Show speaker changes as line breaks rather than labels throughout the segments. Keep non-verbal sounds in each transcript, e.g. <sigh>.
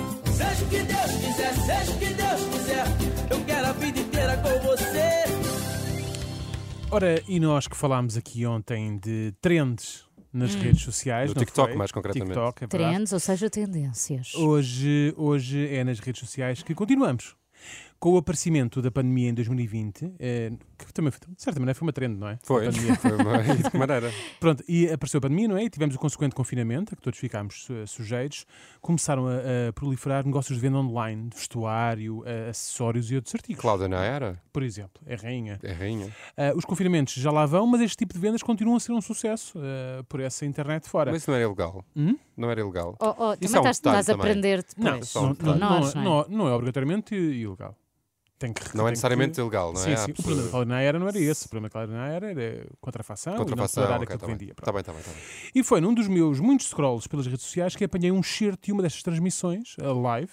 o que Deus quiser, seja o que Deus quiser. Eu quero a vida inteira com você.
Ora, e nós que falámos aqui ontem de trends nas redes sociais,
No
não
TikTok,
foi?
mais concretamente.
TikTok, é verdade.
Trends, ou seja, tendências.
Hoje, hoje é nas redes sociais que continuamos. Com o aparecimento da pandemia em 2020, eh, que também, foi- de certa maneira, foi uma trend, não é?
Foi,
A
<laughs>
pandemia.
foi uma... e de que maneira?
Pronto, e apareceu a pandemia, não é? E tivemos o consequente confinamento, a que todos ficámos su- sujeitos. Começaram a, a proliferar negócios de venda online, de vestuário, eh, acessórios e outros artigos.
Cláudia não era?
Por exemplo, é rainha.
É rainha.
Ah, os confinamentos já lá vão, mas este tipo de vendas continuam a ser um sucesso ah, por essa internet fora.
Mas isso não era ilegal.
Hum?
Não era ilegal.
Oh, oh,
Isso
também
é um
estás,
detalhe
estás a
também.
aprender
Não,
depois.
só um
por
detalhe.
nós, não, é?
não, não é obrigatoriamente ilegal. Tem que
Não
tem
é necessariamente
que...
ilegal, não é?
sim,
Há
sim. O
pessoas-
problema da Clarinha era não era esse. O problema da Clarinha era, era contrafação, e
Contrafação,
não tolerar
ok,
aquilo que
tá bem.
vendia.
Tá bem, tá bem, tá bem.
E foi num dos meus muitos scrolls pelas redes sociais que apanhei um shirt de uma destas transmissões, a
<laughs>
live,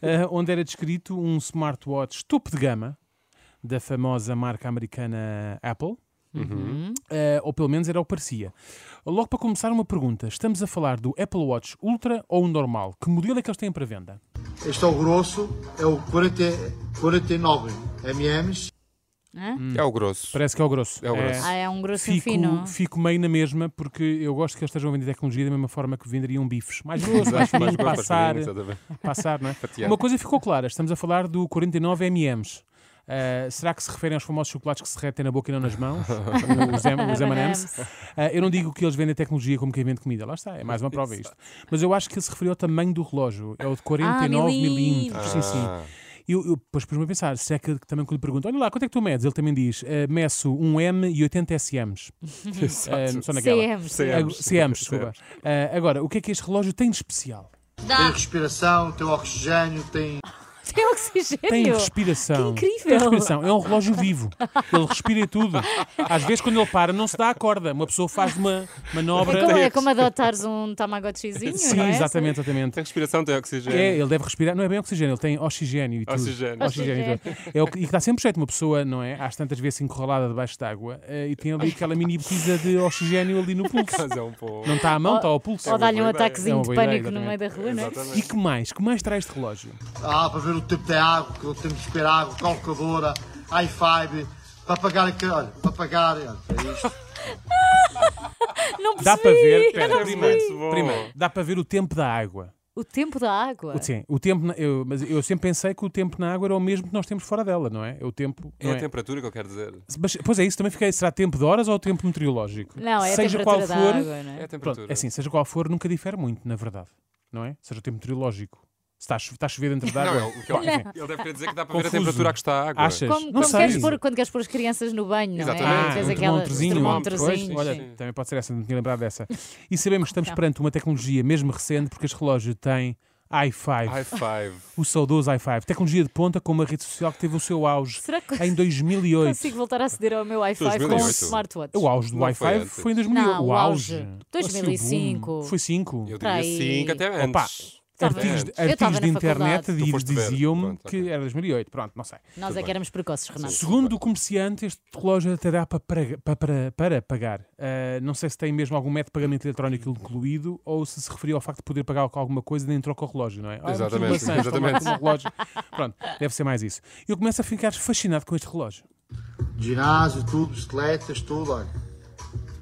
eh, onde era descrito um smartwatch topo de gama da famosa marca americana Apple.
Uhum.
Eh, ou pelo menos era o que parecia. Logo para começar, uma pergunta: estamos a falar do Apple Watch Ultra ou o normal? Que modelo é que eles têm para venda?
Este é o grosso, é o 40, 49 mms.
Hã?
Hum.
É o grosso.
Parece que é o grosso.
É o grosso.
Ah, é um grosso e um fino.
Fico, fico meio na mesma, porque eu gosto que eles estejam a vender tecnologia da mesma forma que venderiam bifes. Mais
<laughs>
grosso, mais fino,
grosso, mais
passar.
fininho, exatamente.
passar, não é?
Fatiado.
Uma coisa ficou clara, estamos a falar do 49 MMs. Ah, será que se referem aos famosos chocolates que se retem na boca e não nas
<laughs>
mãos? os M- os M&M's? Ah, eu não digo que eles vendem tecnologia como quem vende comida, lá está, é mais uma prova isto. Mas eu acho que ele se referiu ao tamanho do relógio, é o de 49 milímetros. Sim, sim.
Ah,
E Eu, eu depois pus-me a pensar, se é que também quando lhe pergunto, olha lá, quanto é que tu medes? Ele também diz, "Ah, meço 1M e 80
<laughs>
SMs. Ah, só naquela.
CMs.
CM.
Ah, CMs, desculpa. Ah, agora, o que é que este relógio tem de especial?
Tem respiração, tem oxigênio, tem
Tem oxigênio. É
Tem respiração.
Que incrível.
Tem respiração. É um relógio vivo. Ele respira e tudo. Às vezes, quando ele para, não se dá a corda. Uma pessoa faz uma manobra.
É como, é como adotares um tamagotchizinho,
Sim,
não é?
exatamente, exatamente.
Tem respiração, tem oxigênio.
É, ele deve respirar, não é bem oxigênio, ele tem oxigênio e tudo.
Oxigênio.
Oxigênio e tudo. É o que, e que dá sempre jeito, uma pessoa, não é? Às tantas vezes encurralada debaixo de água eh, e tem ali aquela mini botija de oxigênio ali no pulso.
Mas é um pouco.
Não está à mão, está ao pulso.
Ou dá-lhe um
boa ideia.
É
ataquezinho
uma
de
boa
pânico
ideia,
no meio da rua, não é?
E que mais? Que mais traz este relógio?
ah, para ver o tempo da água, que eu tenho que esperar água, calculadora, i5, para pagar aquele. Olha, para pagar. Olha, é isto.
Não percebi.
Dá para ver. Espera,
não percebi.
primeiro, primeiro, dá para ver o tempo da água.
O tempo da água.
Sim, o tempo, na- eu, mas eu sempre pensei que o tempo na água era o mesmo que nós temos fora dela, não é? É o tempo.
É
não
a temperatura que eu quero dizer.
Mas, pois é, isso também fiquei. Será tempo de horas ou tempo meteorológico?
Não, é a
seja qual
temperatura da
for.
água, não
É
é?
a temperatura.
Pronto, é assim, seja qual for, nunca difere muito, na verdade, não é? Seja o tempo meteorológico. Se está a cho- está a chover dentro da
Não,
água.
é o que eu
Bom, enfim,
acho. Ele deve querer dizer que dá para ver a
Confuso.
temperatura a que está a água.
Achas?
Como,
não
como
sei.
queres pôr, quando queres pôr as crianças no banho, não
Exatamente.
é?
Ah, um
Tens aquela-
termometrozinho.
termometrozinhos,
Pois, olha,
sim.
também pode ser essa, não tinha lembrado dessa. E sabemos que estamos perante uma tecnologia mesmo recente, porque este relógio tem
High
i5,
five.
o saudoso i5, tecnologia de ponta com uma rede social que teve o seu auge
Será que
em 2008.
consigo voltar a aceder ao meu i5 com um
2008.
smartwatch?
O auge do
Não
Wi-Fi
foi
foi,
antes.
em 2000.
Não,
o
o auge.
auge.
2005.
Foi 5.
Eu
Para
diria
aí.
5 até antes.
Opa, Artigos,
Eu estava
artigos
na
de internet
faculdade.
diz-
Tu foste ver.
diziam-me
Pronto,
que
ok.
era 2008. Pronto, não sei.
Nós é que éramos precoces, Renato.
Segundo o comerciante, este relógio até dá para, para, para, para- para pagar. Ah, não sei se tem mesmo algum método de pagamento eletrónico incluído ou se se referia ao facto de poder pagar com alguma coisa dentro troca o relógio, não é? Ah, eu preciso de
<laughs> Exatamente,
maçãs, toma lá,
exatamente.
toma o relógio. Pronto, deve ser mais isso. Eu começo a ficar fascinado com este relógio.
Ginásio, tudo, bicicletas, tudo, olha.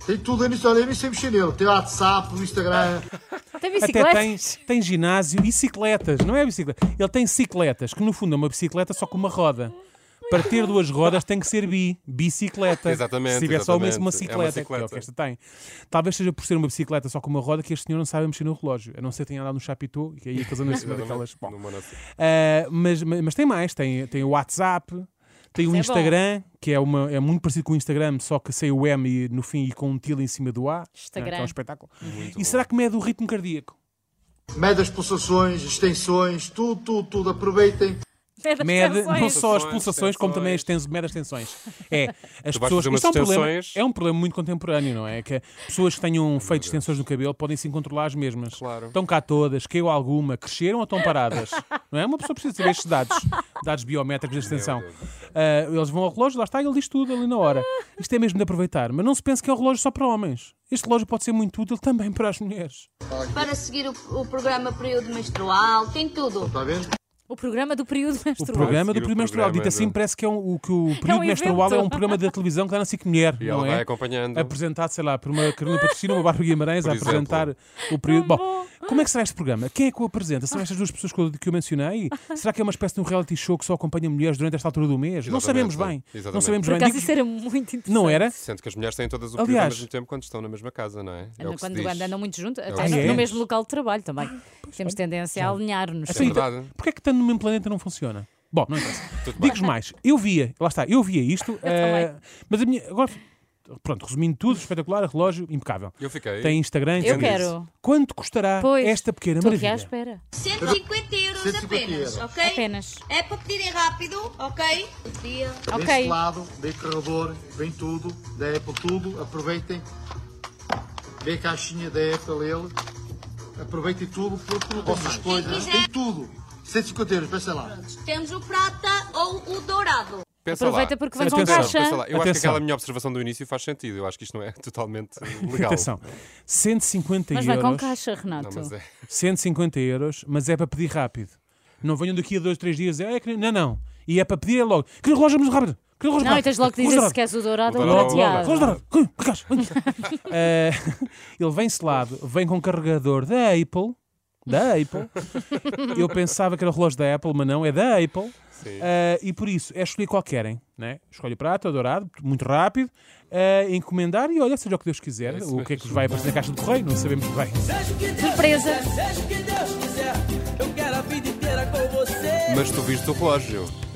Tem tudo, eu nem, olha, eu nem sei mexer nele. Tem WhatsApp, Instagram.
Tem
Até
bicicleta? <laughs>
tem, tem ginásio e bicicletas, não é bicicleta. Ele tem bicicletas, que no fundo é uma bicicleta só com uma roda. Para ter duas rodas tem que ser bi,
<laughs>
bicicleta.
Exatamente,
Se tiver só mesmo uma
exatamente. É
cicleta,
uma
que é o
cicleta.
que esta tem. Talvez seja por ser uma bicicleta só com uma roda que este senhor não sabe mexer no relógio. A não ser que tenha andado no chapitou e que aí casando em cima é daquelas. Bom.
Numa nossa-
Ah, mas, mas mas tem mais, tem, tem o WhatsApp, tem o
é bom.
Instagram, que é, uma, é muito parecido com o Instagram, só que sem o M e- no fim e com um til em cima do A.
Instagram.
Que é um espetáculo.
Muito
e será que mede o ritmo cardíaco?
Mede as pulsações, extensões, tudo, tudo, tudo. Aproveitem.
Mede as
mede não
tensões.
só as
Tensões,
pulsações, como também as
tensões.
tensões, mede as tensões. É, as
Tu vais
pessoas.
fazer umas
Isto é um, problema,
tensões.
é um problema muito contemporâneo, não é? Que é pessoas que tenham feito extensões no cabelo podem se controlar as mesmas.
Claro.
Estão cá todas, caiu alguma, cresceram ou estão
<laughs>
paradas? não é? Uma pessoa precisa saber estes dados, dados biométricos da extensão.
Deus.
Ah, eles vão ao relógio, lá está, ele diz tudo ali na hora. Isto é mesmo de aproveitar, mas não se pense que é um relógio só para homens. Este relógio pode ser muito útil também para as mulheres.
para seguir o, o programa período menstrual, tem tudo.
Está vendo?
O programa do período
O
menstrual.
programa do
seguir o
período menstrual.
programa
Dito
do-
assim, parece que, é um- o, que o período menstrual é
invento.
um programa da televisão que dá na SIC Mulher.
E
não
ela
é?
vai acompanhando.
apresentado, sei lá, por uma Carolina Patrocínio, uma Bárbara Guimarães,
Por
a
exemplo.
apresentar o período. Bom, como é que será este programa? Quem é que o apresenta? São estas duas pessoas que eu, que eu mencionei? Será que é uma espécie de um reality show que só acompanha mulheres durante esta altura do mês? não sabemos
Exatamente,
bem.
exatamente.
Não sabemos
Por
bem.
acaso
Digo-
isso era muito interessante.
Não era?
Sendo que as mulheres têm todas o
Aliás-
período ao mesmo tempo quando estão na mesma casa, não é? É o que se
quando
diz. É
andam muito juntos, até
que Ah,
no,
se diz.
mesmo local de trabalho também. Temos tendência a alinhar-nos.
Sim. verdade.
Porquê é que estando no mesmo planeta não funciona? Bom, não interessa.
<laughs> Tudo bem.
Digo-vos mais. Eu via, lá está, eu via isto. eh,
também.
mas a minha. Agora, pronto, resumindo tudo, espetacular, relógio, impecável.
Eu fiquei.
Tem Instagram, tem-
Eu quero.
Quanto custará
Pois,
esta pequena
Estou aqui é à
maravilha?
espera.
150 euros
150 euros.
apenas, ok?
Apenas.
É para pedirem rápido, ok? Dia.
Ok.
Deste lado, vem carregador, vem tudo, da Apple tudo, aproveitem. Vem a caixinha da Apple ele. Aproveitem tudo, procuram vossas coisas,
quiser.
tem tudo. 150 euros, pensa lá.
Temos o prata ou o dourado.
Pensa
Aproveita
lá.
porque vamos
Atenção,
a um
acha?
caixa.
Pensa lá. Eu acho que
Atenção.
aquela minha observação do início faz sentido. Eu acho que isto não é totalmente legal.
Atenção, 150
Mas vai
euros.
com caixa,
Não,
Renato.
mas é.
150 euros, mas é para pedir rápido. Não venham daqui a dois, três dias. É, que... Não, não. E é para pedir é logo. Que relógio é muito rápido. Que relógio
Não,
rápido.
e tens logo que dizer
Relógio
se queres o dourado
O
ou o
dourado,
rápido.
prateado.
Relógio rápido. Relógio rápido. Que caixa? Eh, Ele vem selado, vem com um carregador da Apple. Da Apple. Eu pensava que era o relógio da Apple, mas não, é da Apple.
Sim.
Eh, e por isso, é escolher qual querem. Né? Escolhe o prato, o dourado, muito rápido. eh, encomendar e olha, seja o que Deus quiser.
isso
o que é que vos vai aparecer na caixa de correio? Não sabemos bem.
Seja o que Deus
Surpresa.
quiser, seja o que Deus quiser, eu quero a vida inteira com você.
Mas tu viste o relógio.